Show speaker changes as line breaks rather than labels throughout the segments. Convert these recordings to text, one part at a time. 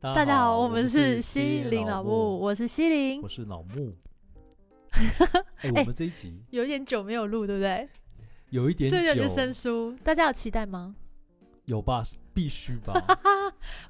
大
大家好，我
们
们是西林老木，，我是西林
我，是老木。 哎、
哎
我们这一集
有一点久没有录，对不对？
有一点
所以有
久
点，生疏，大家有期待吗？
有吧？必须 吧？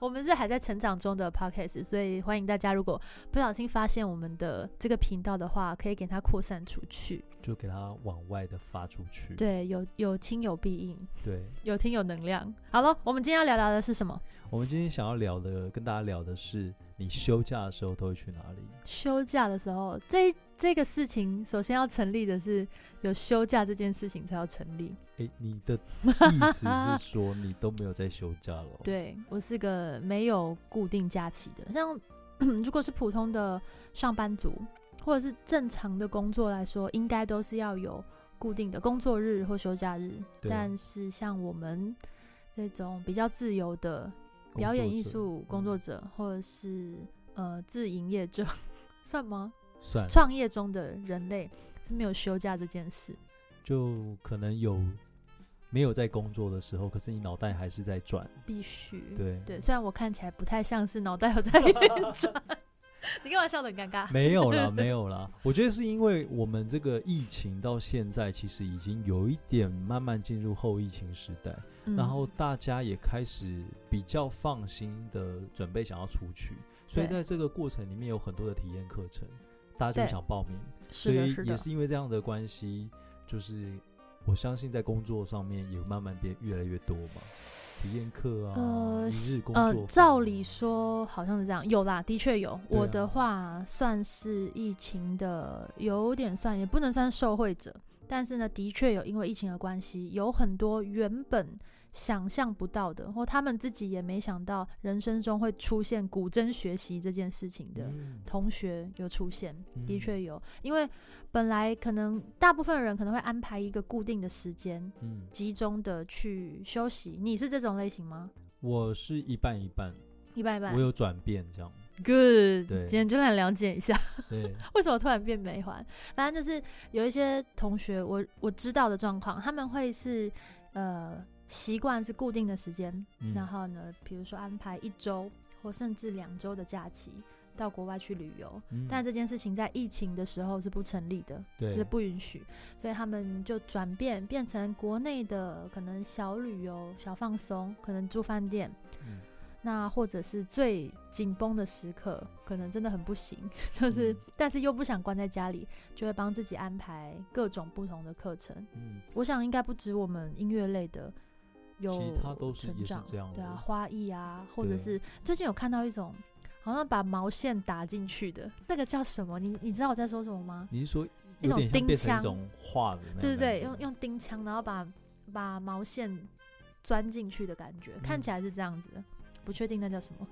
我们是还在成长中的 podcast，所以欢迎大家，如果不小心发现我们的这个频道的话，可以给它扩散出去。
就给它往外的发出去。
对，有有亲有必应，
对
有听有能量。好了，我们今天要聊聊的是什么？
我们今天想要聊的，跟大家聊的是，你休假的时候都会去哪里？
休假的时候，这这个事情首先要成立的是有休假这件事情才要成立。
哎、你的意思是说你都没有在休假了？，
对我是个没有固定假期的，像 如果是普通的上班族或者是正常的工作来说，应该都是要有固定的工作日或休假日。
对
但是像我们这种比较自由的
工
表演
作
艺
者嗯
术工作者，或者是呃自营业者， 算吗？
算了
创业中的人类是没有休假这件事。
就可能有没有在工作的时候，可是你脑袋还是在转。
必须
对
对，虽然我看起来不太像是脑袋有 在 运转，你干嘛笑得很尴 尬？
没有啦，没有啦。我觉得是因为我们这个疫情到现在，其实已经有一点慢慢进入后疫情时代，
嗯
然后大家也开始比较放心的准备想要出去，所以
对
在这个过程里面有很多的体验课程，大家
对
就想报名，所
是的，
以
是
也
的，
是因为这样的关系，就是我相信在工作上面也慢慢变越来越多嘛，体验课啊，
呃
一日工作、啊
呃，照理，说好像是这样，有啦，的确有。
对啊
我的话算是疫情的，有点算也不能算受惠者，但是呢，的确有因为疫情的关系，有很多原本想象不到的，或他们自己也没想到，人生中会出现古筝学习这件事情的
嗯
同学有出现，的
嗯
确有，因为本来可能大部分人可能会安排一个固定的时间，
嗯，
集中的去休息。你是这种类型吗？
我是一半一半。
一般一般
我。有转变这 样。
Good，
对
今天就来了解一下
对，
为什么突然变美环。反正就是有一些同学，我我知道的状况，他们会是呃习惯是固定的时间，
嗯
然后呢，比如说安排一周或甚至两周的假期到国外去旅游。
嗯
但这件事情在疫情的时候是不成立的，就是
对
不允许，所以他们就转变变成国内的可能小旅游、小放松，可能住饭店，
嗯
那或者是最紧绷的时刻，可能真的很不行，就是、
嗯
但是又不想关在家里，就会帮自己安排各种不同的课程。
嗯，
我想应该不止我们音乐类的有成
其
长，
他都是也是这样
对啊，
的
花艺啊，或者
对
是最近有看到一种好像把毛线打进去的那个叫什么？你你知道我在说什么吗？
你是说
一
有
种
点
钉
像变成
枪
一种画的那种感觉？
对对对，用用钉枪，然后把把毛线钻进去的感觉，看
嗯
起来是这样子的，不确定那叫什么。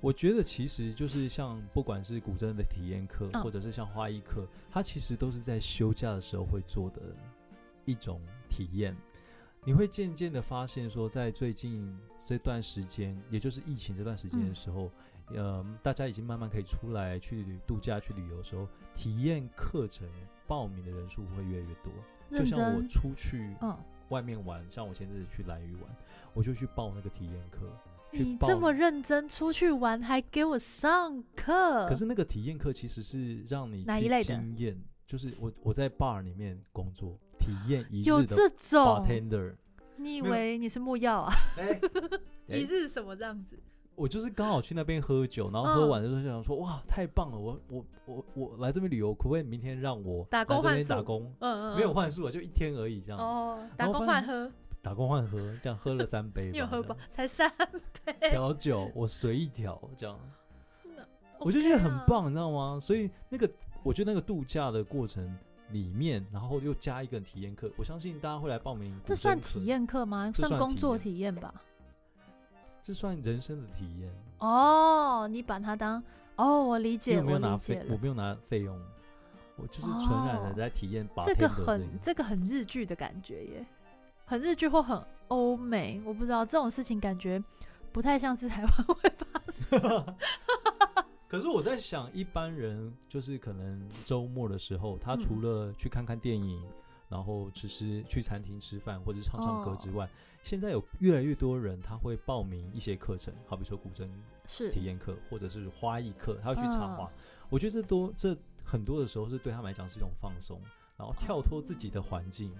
我觉得其实就是像不管是古筝的体验课，
嗯
或者是像花艺课，它其实都是在休假的时候会做的一种体验。你会渐渐的发现说，在最近这段时间，也就是疫情这段时间的
嗯
时候，呃，大家已经慢慢可以出来去度假、去旅游的时候，体验课程报名的人数会越来越多。就
认
像我
真，
出去
嗯，
外面玩，像我前阵子去兰屿玩，我就去报那个体验课，去
你
报。
这么认真出去玩，还给我上课，
可是那个体验课其实是让你
哪
去
一类的
经验，就是我我在 bar 里面工作，体验一
有
日的
这种，
bartender。
你以
没有
为你是木曜啊？
哎
一日什么这样子？
我就是刚好去那边喝酒，然后
嗯
喝完的时候就想说，哇，太棒了！我我我我来这边旅游，可不可以明天让我
打工
来这
换
边打
宿
工？
嗯嗯，
没有换宿啊，就一天而已这样。
哦，打
然后
工
发
换
现
喝，
打工换喝，这样喝了三杯吧。
你有喝哎吧
这？
才三
样
杯，
调酒，我随意调这样。 我就觉得
OK
很
啊。
棒，你知道吗？所以那个，我觉得那个度假的过程里面，然后又加一个体验课，我相信大家会来报名。
这算体，验课吗？
这算
工
体
作
验
体验吧。
这算人生的体验。
哦，你把它当哦，我理
因为
解，
我没有
我
拿
理解
费，我
了。哦
没有拿费用，我就是纯然的在体验把
这个
这
很
个
这个很日剧的感觉耶，很日剧或很欧美，我不知道这种事情感觉不太像是台湾 会发生。
可是我在想，一般人就是可能周末的时候，他
嗯
除了去看看电影，然后吃吃去餐厅吃饭或者是唱唱歌
哦
之外，现在有越来越多人他会报名一些课程，好比说古筝
是
体验课或者是花艺课，他会去插花。
嗯
我觉得这多这很多的时候是对他们来讲是一种放松，然后跳脱自己的环境，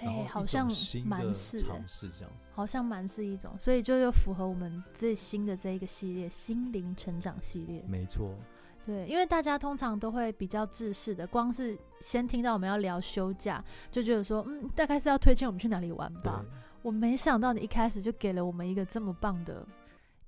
然后
哦哎，好
一种
像
新的
蛮是哎
尝试这样。
好像蛮是一种，所以就又符合我们最新的这一个系列——心灵成长系列。
没错，
对，因为大家通常都会比较制式的，光是先听到我们要聊休假，就觉得说，嗯，大概是要推荐我们去哪里玩
对。
吧。我没想到你一开始就给了我们一个这么棒的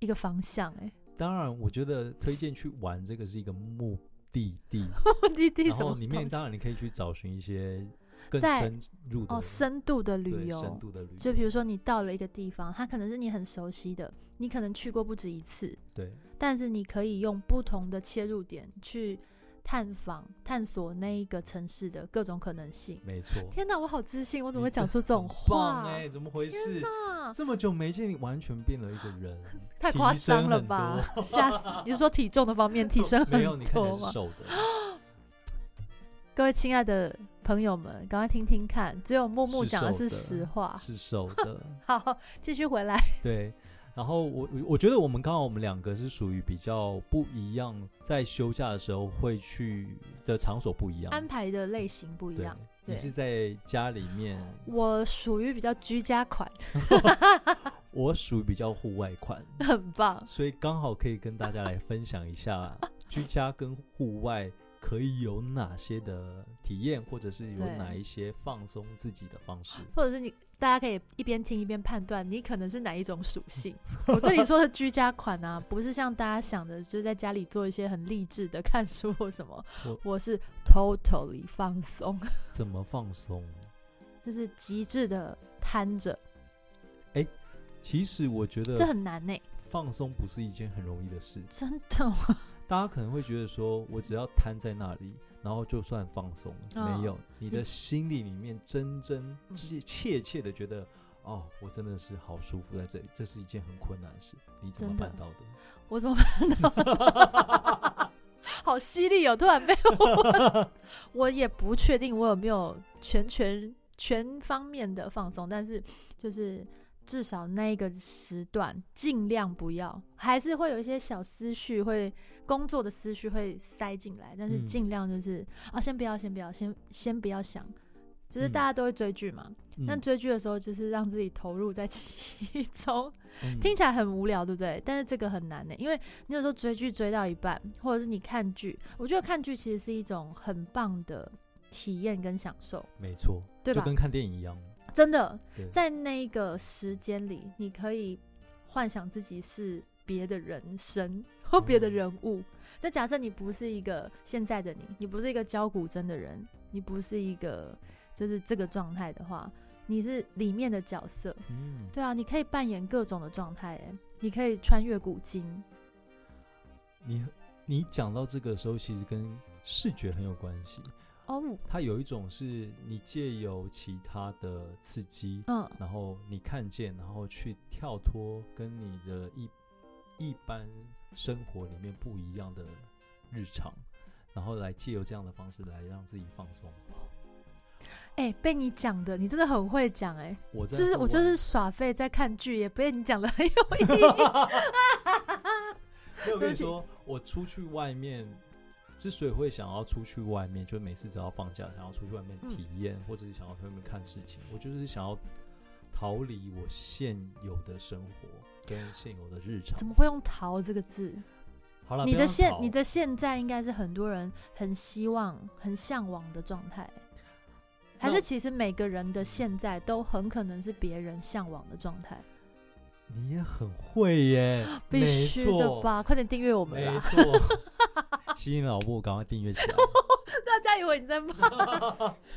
一个方向、哎，
当然，我觉得推荐去玩这个是一个目的 地，
弟弟
然
什
后
么
里面
东
当
西
然你可以去找寻一些更
在
深入的
哦，深度的旅
对
游，
深度的旅游，
就比如说你到了一个地方，它可能是你很熟悉的，你可能去过不止一次，
对
但是你可以用不同的切入点去探访、探索那一个城市的各种可能性。
没错。
天哪，我好自信，我
你
怎么会讲出这种
很棒
话？
哎、怎么回事？
啊，
这么久没见，你完全变了一个人，
太
提
夸
升
张了
很
吧
多！
吓死！你是说体重的方 面 提升很
哦没有你看起
多
来
吗
是？瘦的，
各位亲爱的朋友们，赶快听听看，只有木木
是
讲的
瘦
是
的
实话。
是瘦的，
好，继续回来。
对。然后我我我觉得我们刚好我们两个是属于比较不一样，在休假的时候会去的场所不一样，
安排的类型不一
对
样，，
你
对
是在家里面，
我属于比较居家款，
我属于比较户外款，
很棒。
所以刚好可以跟大家来分享一下居家跟户外可以有哪些的体验，或者是有
对
哪一些放松自己的方式。
或者是你大家可以一边听一边判断你可能是哪一种属性。我这里说的居家款啊，不是像大家想的，就是在家里做一些很励志的看书或什么。
我
我是 totally 放松，
怎么放松？
就是极致的瘫着，
其实我觉
这
得
很难呢、欸
放松不是一件很容易的事，
真的吗？
大家可能会觉得说我只要瘫在那里，然后就算放松了，
嗯
没有，你
你
的心里里面真真
嗯
切切切的觉得。哦，我真的是好舒服在这里，这是一件很困难的事，你怎么
真
办
的
到的？
我怎么办到？ 好犀利哦！突然被我，我也不确定我有没有全全全方面的放松，但是就是至少那个时段尽量不要，还是会有一些小思绪会工作的思绪会塞进来，但是
嗯
尽量就是、啊，先不要，先不要，先先不要想。就是
嗯
大家都会追剧嘛，但
嗯
追剧的时候就是让自己投入在其中，
嗯
听起来很无聊，对不对？但是这个很难呢、欸因为你有时候追剧追到一半，或者是你看剧，我觉得看剧其实是一种很棒的体验跟享受，
没错，
对
就
吧
跟看电影一样，
真的
对，
在那个时间里，你可以幻想自己是别的人生或别的人物。就假设你不是一个现在的你，你不是一个教古筝的人，你不是一个就是这个状态的话，你是里面的角色，
嗯，
对啊，你可以扮演各种的状态，哎，你可以穿越古今，
你你讲到这个的时候，其实跟视觉很有关系。
哦，
它有一种是你借由其他的刺激，
嗯，
然后你看见，然后去跳脱跟你的一一般生活里面不一样的日常，然后来借由这样的方式来让自己放松。
哎、被你讲的，你真的很会讲，哎，
我在
就是我
户
就
外
是耍废在看剧，也被你讲的很 有 意义。
没有我跟
对不
你
起
说，我出去外面之所以会想要出去外面，就每次只要放假，想要出去外面
嗯
体验，或者是想要去外面看事情，我就是想要逃离我现有的生活跟现有的日常
怎。么会用“逃”这个字？
好了，
你
啊不
的
要
现
逃
你的现在应该是很多人很希望、很向往的状态，还
那
是其实每个人的现在都很可能是别人向往的状态？
你也很会 耶，
必须
没
的
错？
吧？快点订阅我们
没
啦！
错， 吸引老婆赶快订阅起来。
大家以为你在骂，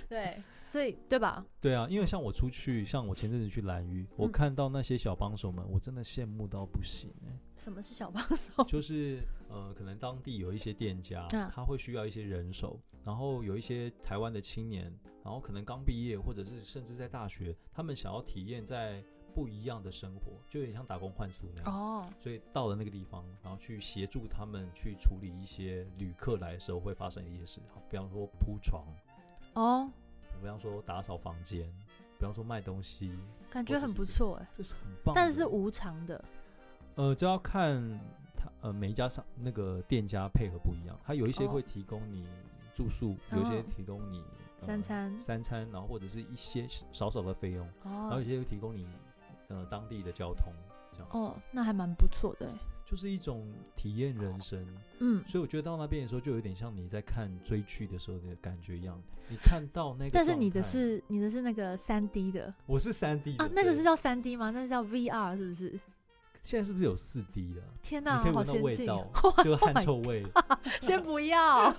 对，所以对吧？
对啊，因为像我出去，像我前阵子去兰屿，我
嗯
看到那些小帮手们，我真的羡慕到不行哎。
什么是小帮手？
就是呃，可能当地有一些店家，
嗯
他会需要一些人手，然后有一些台湾的青年，然后可能刚毕业，或者是甚至在大学，他们想要体验在不一样的生活，就有点像打工换宿那样。
哦，
所以到了那个地方，然后去协助他们去处理一些旅客来的时候会发生的一些事，好比方说铺床，
哦，
比方说打扫房间，比方说卖东西，
感觉很不错哎、
就是很棒的。
但是无偿的，
呃，就要看他呃每一家商那个店家配合不一样，他有一些
哦
会提供你住宿，有一些
哦
提供你、呃
三餐
三餐，然后或者是一些少少的费用，然后
哦
有些会提供你呃当地的交通，这样、
哦，那还蛮不错的哎、
就是一种体验人生。
嗯，
所以我觉得到那边的时候，就有点像你在看追剧的时候的感觉一样，你看到那个状态，
但是你的是你的是那个三 D 的
我是三 D
啊，那个是叫三 D 吗？那是叫 VR 是不是？
现在是不是有四 D 的？
天
你
哪
可以，
好
闻到
先
味
进
道
哦！，
就是汗
，Oh my
臭味。
先不 要，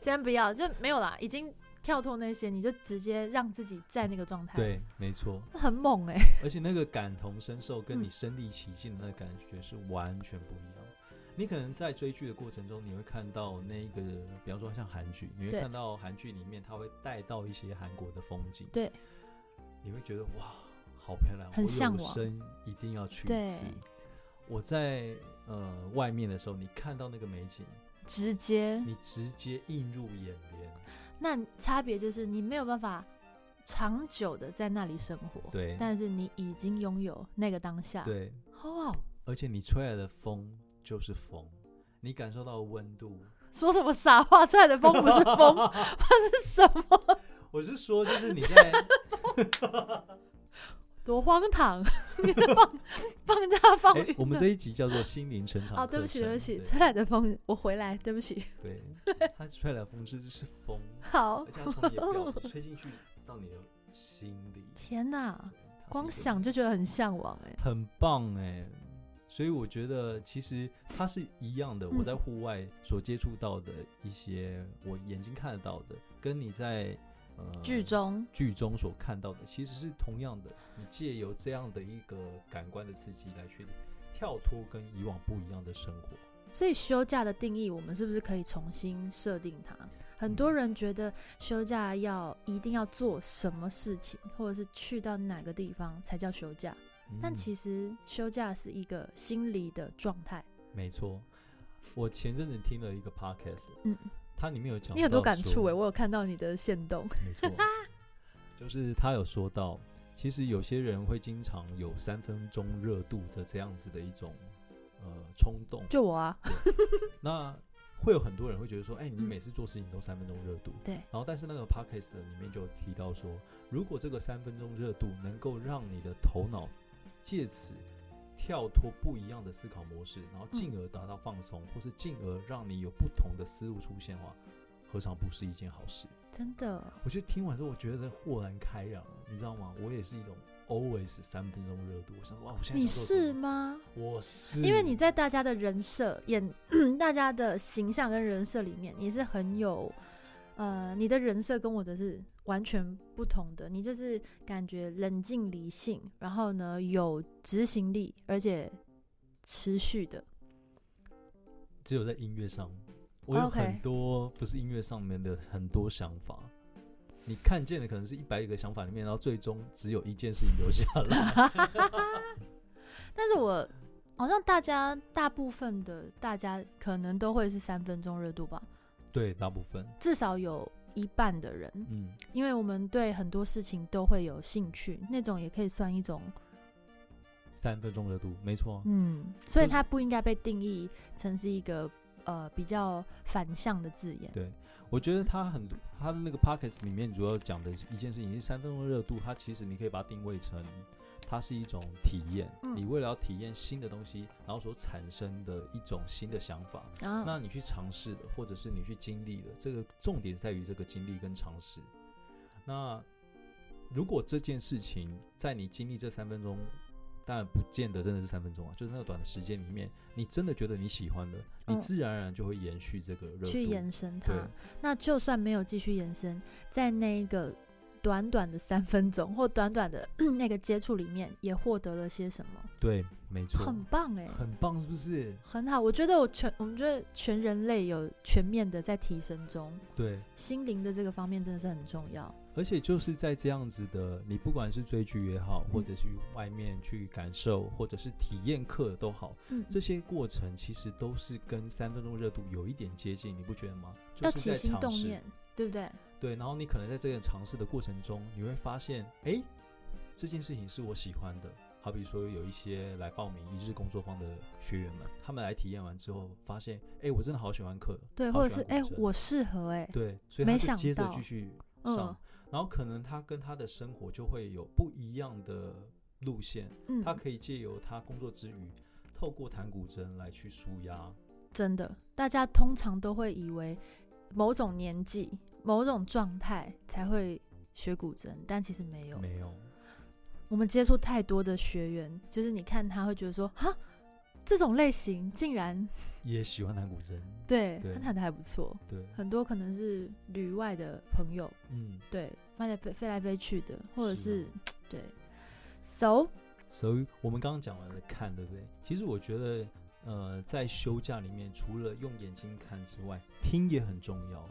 先不要，就没有啦，已经跳脱那些，你就直接让自己在那个状态，，
对，没错，
很猛哎、
而且那个感同身受跟你
嗯
身临其境的那个感觉是完全不一样。你可能在追剧的过程中，你会看到那一个，比方说像韩剧，你会
对
看到韩剧里面它会带到一些韩国的风景，
对，
你会觉得哇，好漂亮，
很向
我有
往
生一定要去一
对
次。我在呃外面的时候，你看到那个美景，
直接。
你直接映入眼帘。
那差别就是你没有办法长久的在那里生活，
对
但是你已经拥有那个当下，，
对，
哦，
而且你吹来的风就是风，你感受到的温度。
说什么傻话，出来的风不是风，它是什么？
我是说，就是你在
多荒唐！ 你在放放假放
哎、
云、
我们这一集叫做心灵成长
哦，对不
课
起，对不
程
起，吹来的风，我回来，对不起。
对，它吹来的风是是风，
好
而，且它从你的表 皮吹进去到你的心里，
天哪，
对它是一
光
个
想就觉得很向往哎、
很棒哎、所以我觉得其实它是一样的。
嗯
我在户外所接触到的一些我眼睛看得到的，跟你在呃
剧中
剧中所看到的其实是同样的。你借由这样的一个感官的刺激来去跳脱跟以往不一样的生活。
所以休假的定义，我们是不是可以重新设定它？很多人觉得休假要一定要做什么事情，或者是去到哪个地方才叫休假，但
嗯
其实休假是一个心理的状态。
没错，我前阵子听了一个 podcast，
嗯，
它里面有讲，
你很多感触哎、，我有看到你的线动。
没 错，就是他有说到，其实有些人会经常有三分钟热度的这样子的一种呃冲动，
就我啊，
那会有很多人会觉得说，哎、你
嗯
每次做事情都三分钟热度，
对
然后但是那个 podcast 里面就有提到说，如果这个三分钟热度能够让你的头脑借此跳脱不一样的思考模式，然后进而达到放松，或是进而让你有不同的思路出现的话，何尝不是一件好事？
真的，哦
我就听完之后，我觉得豁然开朗，啊你知道吗？我也是一种 always 三分钟热度。我想说，哇，我现在
你
想做什
是
么？
吗？
我是，
因为你在大家的人设演 大家的形象跟人设里面，你是很有呃，你的人设跟我的是完全不同的。你就是感觉冷静理性，然后呢有执行力，而且持续的。
只有在音乐上，我有
OK
很多不是音乐上面的很多想法。你看见的可能是一百个想法里面，然后最终只有一件事情留下 来。
但是我好像大家大部分的大家可能都会是三分钟热度吧，
对，大部分，
至少有一半的人，
嗯，
因为我们对很多事情都会有兴趣，那种也可以算一种
三分钟热度，没错啊、
嗯，所以
就是
它不应该被定义成是一个呃比较反向的字眼。
我觉得他很多他的那个 pockets 里面主要讲的一件事情是三分钟热度，它其实你可以把它定位成它是一种体验，
嗯
你为了要体验新的东西，然后所产生的一种新的想法，
啊，
那你去尝试的，或者是你去经历的，这个重点在于这个经历跟尝试。那如果这件事情在你经历这三分钟，当然不见得真的是三分钟啊，就是那个短的时间里面，你真的觉得你喜欢的，你
嗯
自然而然就会延续这个热度。
去延伸它
对。
那就算没有继续延伸，在那一个短短的三分钟 或短短的 那个接触里面，也获得了些什么？
对，没错，
很棒哎、
很棒，是不是？
很好。我觉得我全，我们觉得全人类有全面的在提升中，
对，
心灵的这个方面真的是很重要。
而且就是在这样子的，你不管是追剧也好，或
嗯
者去外面去感受，或者是体验课都好，
嗯，
这些过程其实都是跟三分钟热度有一点接近，你不觉得吗？就
要
是
起
在
心
尝
动
试
念，对不对？
对，然后你可能在这个尝试的过程中，你会发现，哎，这件事情是我喜欢的。好比说，有一些来报名一日工作坊的学员们，他们来体验完之后，发现，哎，我真的好喜欢课，
对，
好
或者
喜
是哎、
欢古筝
我适合哎、
对，所以
没
他就
想
接着
到
继续上
嗯，
然后可能他跟他的生活就会有不一样的路线，他
嗯，
可以借由他工作之余，透过弹古筝来去舒压，
真的，大家通常都会以为某种年纪、某种状态才会学古筝，但其实没有。
没有，
我们接触太多的学员，就是你看他会觉得说，哈，这种类型竟然
也喜欢弹古筝，
对
对
他弹的还不错，
对，
很多可能是旅外的朋友，
嗯
对，飞来飞飞来飞去的，或者
是
是
啊
对，so，
所以我们刚刚讲完了看，对不对？其实我觉得，呃，在休假里面，除了用眼睛看之外，听也很重要。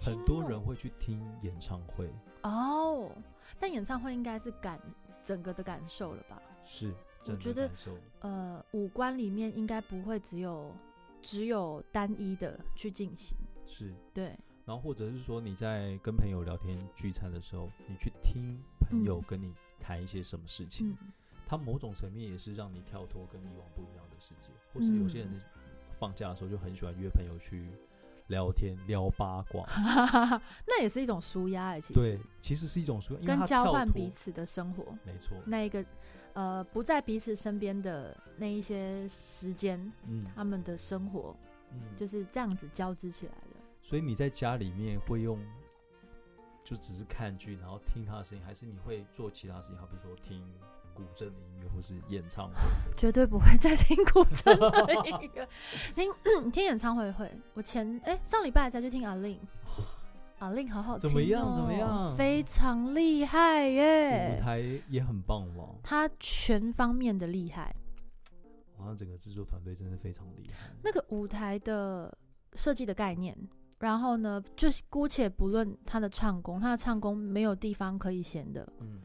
很多人会去听演唱会，
哦，但演唱会应该是感整个的感受了吧？
是真
觉
的
得
感受。
呃，五官里面应该不会只有只有单一的去进行，
是，
对，
然后或者是说你在跟朋友聊天聚餐的时候，你去听朋友
嗯
跟你谈一些什么事情，
嗯，
它某种层面也是让你跳脱跟以往不一样的世界，或是有些人
嗯，
放假的时候就很喜欢约朋友去聊天聊八卦
那也是一种舒压 哎，其实
哦对，其实是一种说，因为
跟
它
交
跳
换
脱
彼此的生活，
没错，
那一个呃不在彼此身边的那一些时间，
嗯
他们的生活
嗯，
就是这样子交织起来的。
所以你在家里面会用，就只是看剧，然后听他的声音，还是你会做其他事情，好比说听古筝的音乐，或是演唱会？
绝对不会再听古 筝 的 音乐，听听演唱会会。我前哎、上礼拜才去听 阿令，阿令好好听、哦
怎么样怎么样
非常厉害
舞
耶！
台也很棒嘛，
他全方面的厉害，
好像整个制作团队真的非常厉害。
那个舞台的设计的概念，然后呢，就是姑且不论他的唱功，他的唱功没有地方可以闲的。
嗯，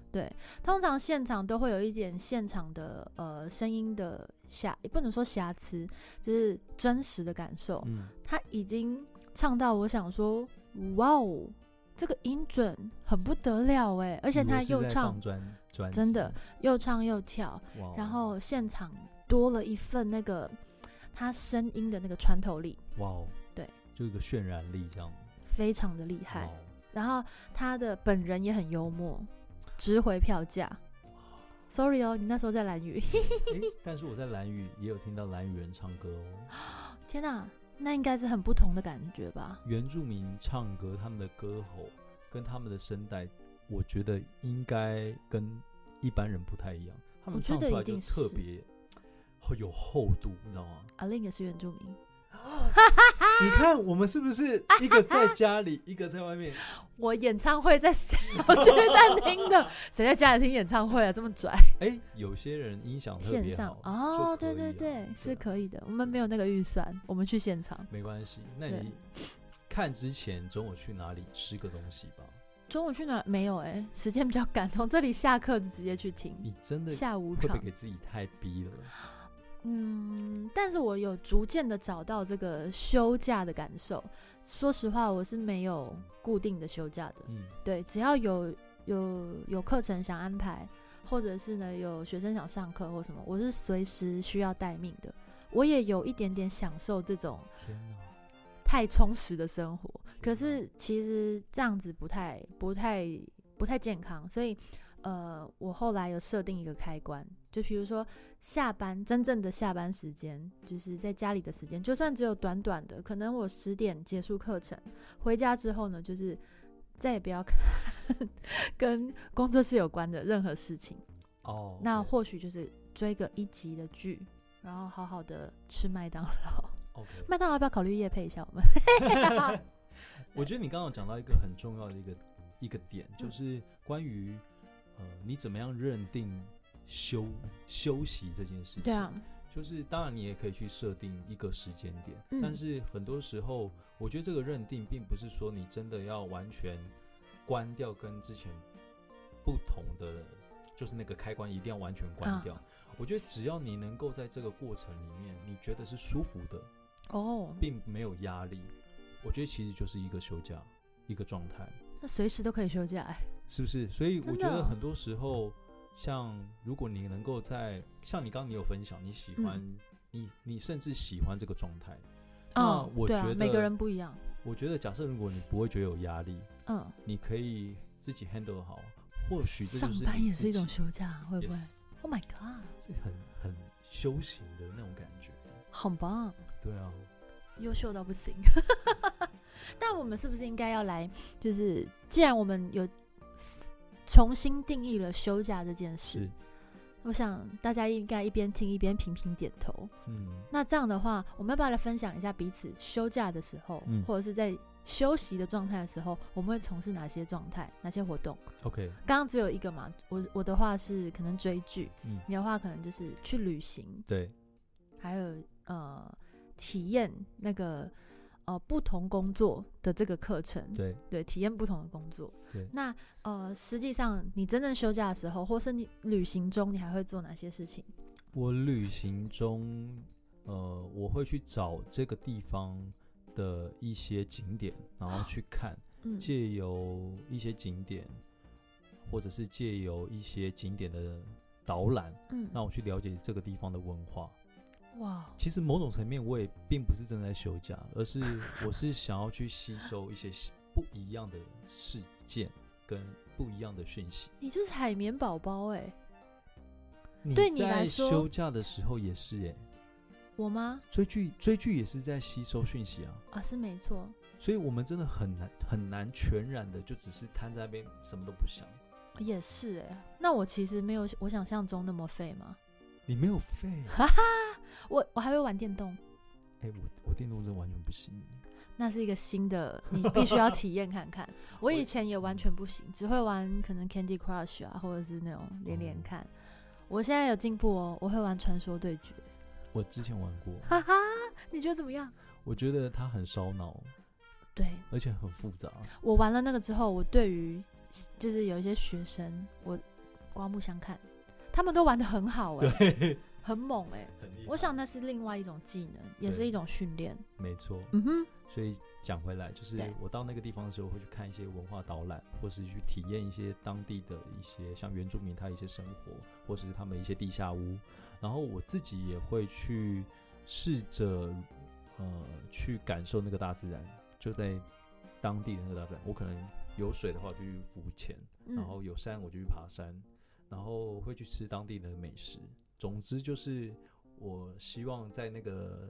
通常现场都会有一点现场的呃声音的瑕，也不能说瑕疵，就是真实的感受。
嗯，
他已经唱到我想说，哇哦，这个音准很不得了哎！而
而
且他又唱
专专辑，
真的又唱又跳，
哇哦，
然后现场多了一份那个他声音的那个穿透力，
哇哦，
对，
就一个渲染力这样，
非常的厉
哇
害。
哦，
然后他的本人也很幽默，值回票价。Sorry 哦，你那时候在蓝屿。
诶但是我在蓝屿也有听到蓝屿人唱歌哦，
天呐，那应该是很不同的感觉吧？
原住民唱歌，他们的歌喉跟他们的声带，我觉得应该跟一般人不太一样，他们
我觉
唱
得
出来
一
就
定
特
是
别哦有厚度，你知道吗？
阿令也是原住民，啊
你看我们是不是一个在家里，一个在外面？
我演唱会在小巨蛋 听的，谁在家里听演唱会啊？这么拽，
哎、有些人音响特
线
别
上
好
哦，
就可以
对
啊
对对，是
啊
可以的。我们没有那个预算，我们去现场。
没关系。那
对
你看之前总有去哪里吃个东西吧？
中午去哪？没有哎、时间比较赶，从这里下课就直接去听
你真的
下午
会不会
场。
给自己太逼了？
嗯，但是我有逐渐的找到这个休假的感受。说实话，我是没有固定的休假的。
嗯，
对，只要有有有课程想安排，或者是呢有学生想上课或什么，我是随时需要待命的。我也有一点点享受这种
天哪！
太充实的生活，可
天
是其实这样子不太、不太、不太健康，所以呃，我后来有设定一个开关，就比如说下班真正的下班时间，就是在家里的时间，就算只有短短的，可能我十点结束课程，回家之后呢，就是再也不要看 跟工作室有关的任何事情，
哪哦，
那
OK，
或许就是追个一集的剧，然后好好的吃麦当劳。
OK，
麦当劳要不要考虑夜配一下我们？
我觉得你刚刚有讲到一个很重要的一个一个点，就是
嗯
关于呃，你怎么样认定休休息这件事情？
对啊，
就是当然你也可以去设定一个时间点，
嗯
但是很多时候，我觉得这个认定并不是说你真的要完全关掉跟之前不同的，就是那个开关一定要完全关掉。我觉得只要你能够在这个过程里面，你觉得是舒服的，
哦，
并没有压力，我觉得其实就是一个休假。一个状态，
那随时都可以休假哎、
是不是？所以我
真
觉得
的
很多时候，像如果你能够在像你刚刚你有分享，你喜欢、
嗯
你你甚至喜欢这个状态，那
嗯，
我
对啊
觉，
每
得
个人不一样。
我觉得假设如果你不会觉得有压力，
嗯，
你可以自己 handle 好，或许这
上
就是
班
你
也
自
是一种
己
休假，会不会
Yes，
？Oh my god，
这很很修行的那种感觉。
很棒，
对啊，
优秀到不行。 但我们是不是应该要来？就是既然我们有重新定义了休假这件事
是，
我想大家应该一边听一边频频点头。
嗯，
那这样的话，我们要不要来分享一下彼此休假的时候，
嗯
或者是在休息的状态的时候，我们会从事哪些状态、哪些活动？
OK，
刚刚只有一个嘛，我我的话是可能追剧，
嗯，
你的话可能就是去旅行，
对，
还有呃体验那个呃不同工作的这个课程，
对，
体验不同的工作。
对
那呃实际上你真正休假的时候，或是你旅行中，你还会做哪些事情？
我旅行中，呃，我会去找这个地方的一些景点，然后去看，
嗯，
借由一些景点，或者是借由一些景点的导览，
嗯，
让我去了解这个地方的文化。
哇，
其实某种层面，我也并不是正在休假，而 是我是想要去吸收一些不一样的事件跟不一样的讯息。
你就是海绵宝宝哎。对你来
在
说
休假的时候也是耶、
我吗？
追剧追剧也是在吸收讯息啊，
啊，是没错，
所以我们真的很难很难全然的就只是瘫在那边什么都不想。
也是哎、那我其实没有我想象中那么废嘛，
你没有废，
哈哈，我我还会玩电动，
哎、我我电动真的完全不行。
那是一个新 的，你必须要体验看 看。我以前也完全不行，只会玩可能 Candy Crush 啊，或者是那种连连看。我现在有进步哦，我会玩传说对决，
我之前玩过，
哈哈，你觉得怎么样？
我觉得它很烧脑，
对
而且很复杂。
我玩了那个之后，我对于就是有一些学生，我刮目相看，他们都玩的很好哎、
对，
很猛哎、
很厉害
我想那是另外一种技能，也是
对
一种训练。
没错。
嗯哼，
所以讲回来，就是
对
我到那个地方的时候，会去看一些文化导览，或是去体验一些当地的一些像原住民他一些生活，或者是他们一些地下屋。然后我自己也会去试着呃去感受那个大自然，就在当地的那个大自然。我可能有水的话就去浮潜，
嗯
然后有山我就去爬山，然后会去吃当地的美食。总之就是，我希望在那个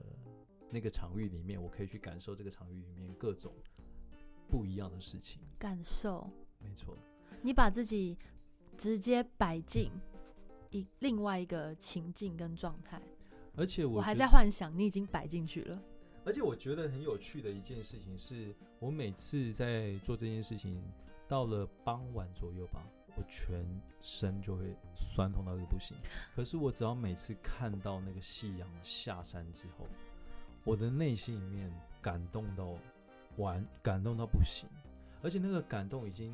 那个场域里面，我可以去感受这个场域里面各种不一样的事情。
感受，
没错，
你把自己直接摆进一另外一个情境跟状态。
而且我
我还
觉
在幻想，你已经摆进去了。
而且我觉得很有趣的一件事情是，我每次在做这件事情，到了傍晚左右吧，我全身就会酸痛到一个不行。可是我只要每次看到那个夕阳下山之后，我的内心里面感动到完，感动到不行，而且那个感动已经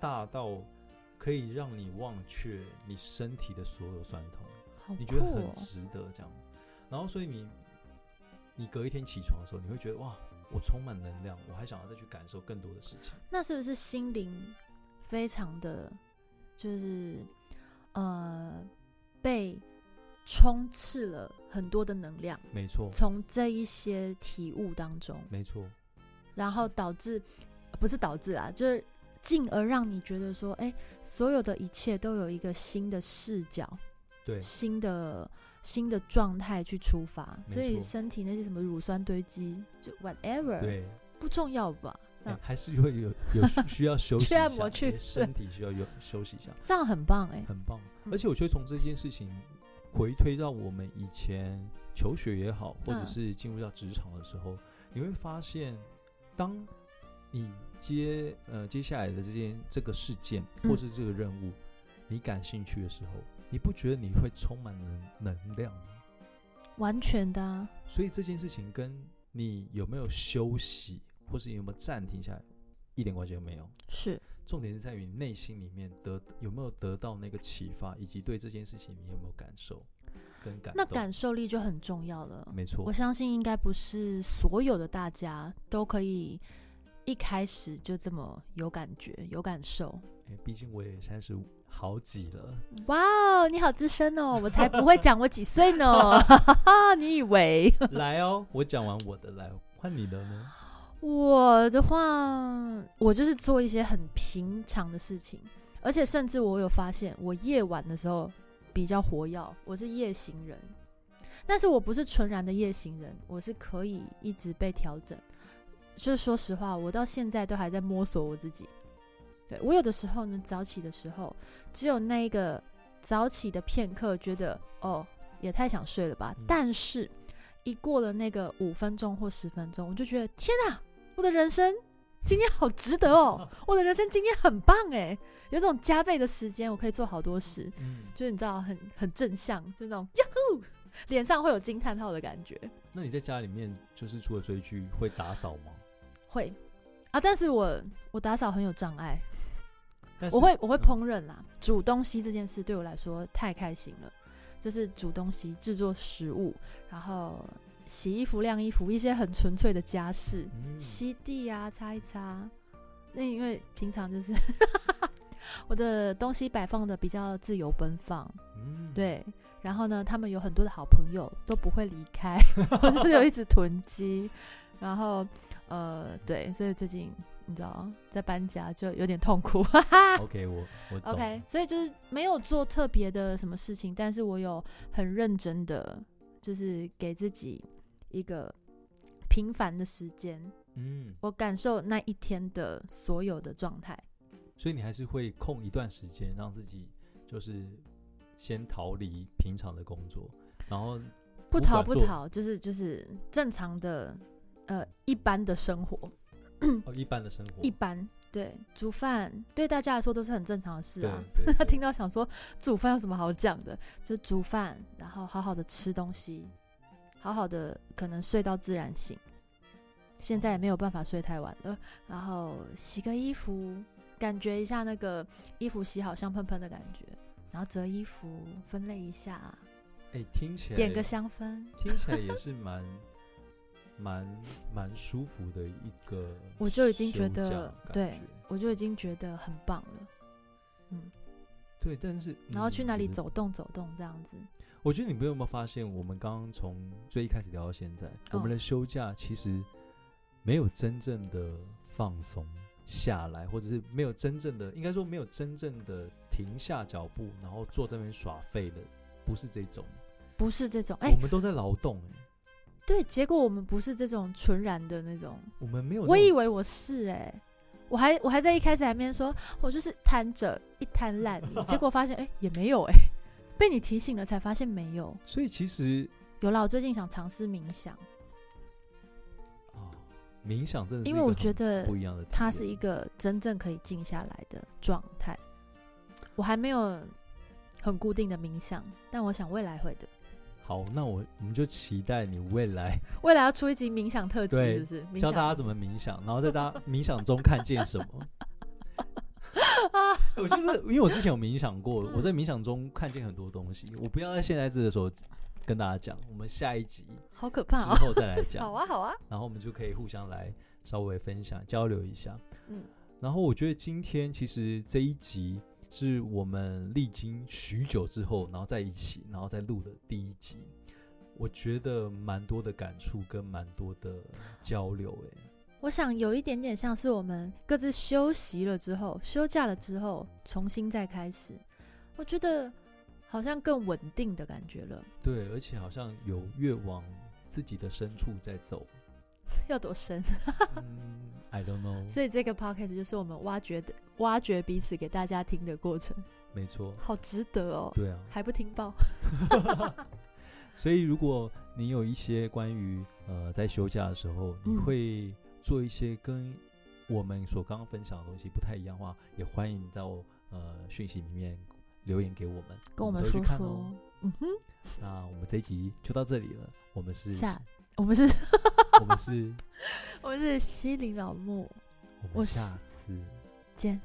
大到可以让你忘却你身体的所有酸痛。
好
你
酷
觉得很
哦！
值得这样。然后，所以你你隔一天起床的时候，你会觉得哇，我充满能量，我还想要再去感受更多的事 情。
那是不是心灵非常的，就是呃被充斥了很多的能量，
没错，
从这一些体悟当中，
没错，
然后导致呃不是导致啊，就是进而让你觉得说，哎、所有的一切都有一个新的视角、
对，
新的新的状态去出发，
没错
所以身体那些什么乳酸堆积就 whatever
对，
不重要吧？
哎
那
还是会有有需需要 休息一
去按
下，
摩去
你的身体需要有休息一下，
这样很棒 哎、
很棒。
嗯
而且我觉得从这件事情回推到我们以前求学也好，或者
嗯
是进入到职场的时候，你会发现，当你接呃接下来的这件这个事件
嗯
或是这个任务，你感兴趣的时候，你不觉得你会充满能能量吗？
完全的、啊，
所以这件事情跟你有没有休息，或是你有没有暂停下来，一点关系都没有。
是
重点是在于你内心里面得有没有得到那个启发，以及对这件事情你有没有感受跟感
那
动。
感受力就很重要了。
没错
我，相信应该不是所有的大家都可以一开始就这么有感觉、有感受。
哎，毕竟我也三十好几了，
哇哦，你好资深哦！我才不会讲我几 岁呢， 你以为？
来哦，我讲完我的，来换你的呢？
我的话，我就是做一些很平常的事情，而且甚至我有发现，我夜晚的时候比较活跃，我是夜行人，但是我不是纯然的夜行人，我是可以一直被调整。就是说实话，我到现在都还在摸索我自己。对我有的时候呢，早起的时候，只有那一个早起的片刻，觉得哦，也太想睡了吧。
嗯
但是，一过了那个五分钟或十分钟，我就觉得天啊，我的人生今天好值得哦，我的人生今天很棒哎，有种加倍的时间，我可以做好多事，
嗯，
就是你知道，很很正向，就那种呀呼，脸上会有惊叹号的感觉。
那你在家里面就是除了追剧会打扫吗？
会啊，但是我我打扫很有障碍，
但是
我会我会
嗯
烹饪啦，煮东西这件事对我来说太开心了，就是煮东西、制作食物，然后洗衣服、晾衣服，一些很纯粹的家事，
嗯
吸地啊、擦一擦。那因为平常就是 我的东西摆放的比较自由奔放，
嗯，
对。然后呢，他们有很多的好朋友都不会离开， 我就是有一直囤积。然后，呃，对，所以最近你知道在搬家就有点痛苦。
，OK，我我懂
OK，所以就是没有做特别的什么事情，但是我有很认真的，就是给自己一个平凡的时间，
嗯，
我感受那一天的所有的状态。
所以你还是会空一段时间，让自己就是先逃离平常的工作，然后
不
不
逃
管
不
做
逃，就是就是正常的，呃，一般的生活，
哦一般的生活，
一般对煮饭对大家来说都是很正常的事
对
啊。
对
他
对
听到想说煮饭有什么好讲的，就煮饭，然后好好的吃东西，好好的可能睡到自然醒。现在也没有办法睡太晚了，然后洗个衣服，感觉一下那个衣服洗好香喷喷的感觉，然后折衣服分类一下，
哎、听起来
点个香氛。
听起来也是蛮蛮蛮舒服的一个，
我就已经觉得，对我就已经觉得很棒了。
对，但是
然后去
嗯
哪里
你
走动走动这样子，
我觉得你们有没有发现，我们刚刚从最一开始聊到现在，我们
哦
的休假其实没有真正的放松下来，或者是没有真正的，应该说没有真正的停下脚步，然后坐在那边耍废的，不是这种。
不是这种哎、
我们都在劳动、欸，
对，结果我们不是这种纯然的那种，
我们哦没有那种。
我以为我是哎、我还我还在一开始还面说，我就是摊着一摊烂泥，结果发现哎、也没有哎、被你提醒了才发现没有。
所以其实
有啦，我最近想尝试冥想，
啊、冥想真的是
因
一
为
个
我
很
觉得
不一样的体验，
它是一个真正可以静下来的状态。我还没有很固定的冥想，但我想未来会的。
好，那我我们就期待你未来
未来要出一集冥想特辑，
对
是不是？冥
教
想
大家怎么冥想，然后在大家冥想中看见 什么。我就是因为我之前有冥想过，我在
嗯
冥想中看见很多东西。我不要在现在这个时候跟大家讲，我们下一集
好可
之
怕哦！
后再来讲。
好啊，好啊，
然后我们就可以互相来稍微分享、交流一下。
嗯，
然后我觉得今天其实这一集是我们历经许久之后，然后在一起，然后再录的第一集，我觉得蛮多的感触跟蛮多的交流、欸。
我想有一点点像是我们各自休息了之后，休假了之后，重新再开始，我觉得好像更稳定的感觉了。
对，而且好像有越往自己的深处在走。
要多深？
嗯，I don't know，
所以这个 podcast 就是我们挖掘的、挖掘彼此给大家听的过程，
没错，
好值得哦！
对啊。
还不听报？
所以，如果你有一些关于呃在休假的时候，你
嗯
会做一些跟我们所刚刚分享的东西不太一样的话，也欢迎到呃讯息里面留言给我们，
跟我
们
们
都会
说
去看
说。
哦。
嗯哼，
那我们这一集就到这里了，我们是，
下我们是，
我们是，
我们是西林老木，
我
我
们
是
下次
见。